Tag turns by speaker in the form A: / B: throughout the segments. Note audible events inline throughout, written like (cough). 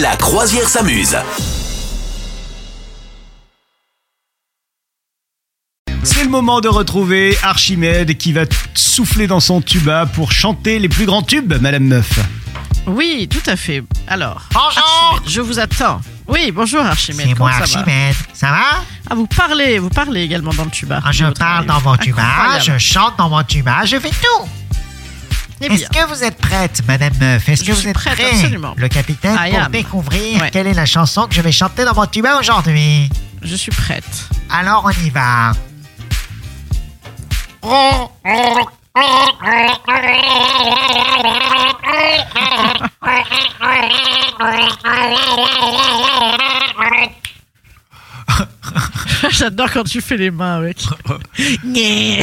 A: La croisière s'amuse.
B: C'est le moment de retrouver Archimède qui va souffler dans son tuba pour chanter les plus grands tubes, Madame Meuf.
C: Oui, tout à fait. Alors,
D: Bonjour.
C: Archimède, je vous attends. Oui, bonjour Archimède.
D: C'est moi
C: comment ça va
D: Archimède. Ça va
C: Ah, vous parlez, vous parlez également dans le tuba.
D: Ah, Je
C: Vous
D: parle
C: travaillez.
D: dans mon tuba, je
C: Incroyable.
D: chante dans mon tuba, je fais tout.
C: Eh bien,
D: Est-ce que vous êtes prête, Madame Meuf Est-ce
C: Je
D: que vous
C: suis
D: êtes
C: prête,
D: prêt,
C: absolument.
D: le capitaine,
C: I
D: pour
C: am.
D: découvrir
C: Ouais.
D: quelle est la chanson que je vais chanter dans mon tuba aujourd'hui
C: je suis prête. (laughs)
D: Alors on y va.
C: J'adore quand tu fais les mains avec. Nyeh.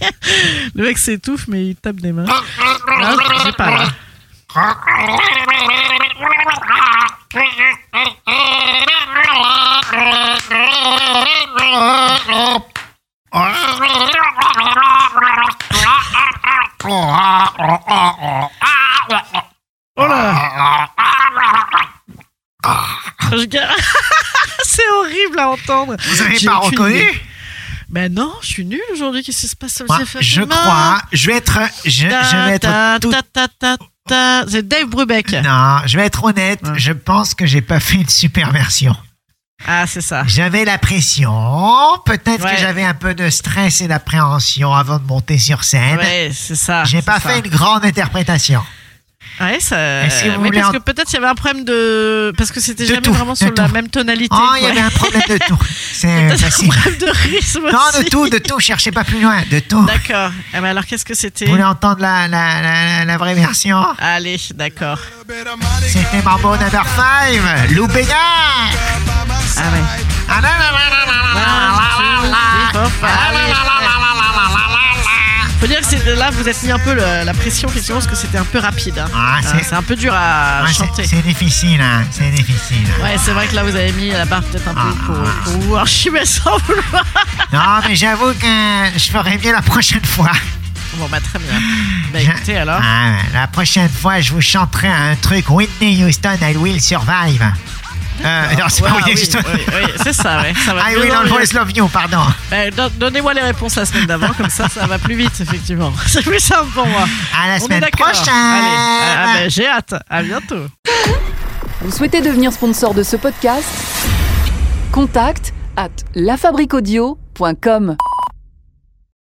C: (laughs) le mec s'étouffe, mais il tape des mains. Ah, j'ai pas là. Oh là
D: Ah.
C: Je gare- (laughs) C'est horrible à entendre.
D: Vous n'avez
C: J'ai
D: pas
C: aucune
D: reconnu
C: idée. Ben non, je suis nulle aujourd'hui. Qu'est-ce qui se passe Ça me
D: Moi,
C: s'est fait
D: Je
C: mal.
D: crois, je vais être, je, je vais être
C: Ta,
D: tout
C: ta, ta, ta, ta. C'est Dave Brubeck.
D: Non, je vais être honnête,
C: Ouais.
D: je pense que j'ai pas fait une super version.
C: Ah, c'est ça.
D: J'avais la pression, peut-être
C: Ouais.
D: que j'avais un peu de stress et d'appréhension avant de monter sur scène.
C: Ouais, c'est ça.
D: J'ai
C: c'est
D: pas
C: ça.
D: fait une grande interprétation.
C: Ouais, ça.
D: Est-ce que vous
C: mais
D: voulez
C: parce
D: en-
C: que peut-être il y avait un problème de. Parce que c'était
D: De
C: jamais
D: tout,
C: vraiment
D: de
C: sur la
D: tout.
C: même tonalité.
D: Oh, il y
C: ouais.
D: avait un problème de tout. C'est
C: Peut-être (laughs) un
D: facile.
C: problème de rythme.
D: Non, de
C: aussi.
D: tout, de tout, cherchez pas plus loin, de tout.
C: D'accord. Eh ben alors, qu'est-ce que c'était
D: Vous voulez entendre la, la, la, la vraie version
C: Allez, d'accord.
D: C'était Mambo Number 5, Lou Béga
C: Ah ouais.
D: Ah, la, la, la, la, la, la, la, la, la.
C: One, two, three, four, five.
D: Ah, la, la, la, la, la, la, la, la, la.
C: Faut dire que c'est- là, vous êtes mis un peu le- la pression, effectivement, parce que c'était un peu rapide. hein.
D: Ah, c'est-
C: Euh, c'est un peu dur à
D: Ouais, c'est-
C: chanter.
D: C'est difficile, hein, c'est difficile.
C: Ouais, c'est vrai que là, vous avez mis la barre peut-être un peu
D: Ah,
C: pour,
D: ouais.
C: pour vous (laughs) archiver sans vouloir.
D: Non, mais j'avoue que je ferai mieux la prochaine fois.
C: (laughs) Bon, bah, très bien. Bah,
D: Je-
C: écoutez, alors.
D: Ah, la prochaine fois, je vous chanterai un truc Whitney Houston, I Will Survive. Euh, non, c'est pas
C: Ouais,
D: Whitney
C: Ah oui,
D: Houston.
C: oui, oui, c'est ça, ouais. Ça va
D: I
C: mieux
D: Will
C: dans le-
D: Always Love You, pardon.
C: Bah, don- Donnez-moi les réponses la semaine d'avant, comme ça, ça va plus vite, effectivement. (laughs) C'est plus simple pour moi.
D: À la
C: On est
D: semaine
C: d'accord.
D: prochaine.
C: Allez, ah, bah, j'ai hâte. À bientôt.
E: Vous souhaitez devenir sponsor de ce podcast Contact à lafabriquaudio.com.